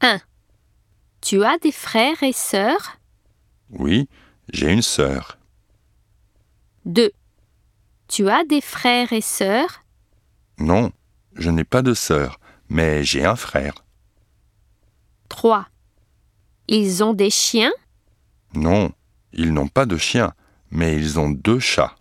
1. Tu as des frères et sœurs Oui, j'ai une sœur. 2. Tu as des frères et sœurs Non, je n'ai pas de sœur, mais j'ai un frère. 3. Ils ont des chiens Non, ils n'ont pas de chien, mais ils ont deux chats.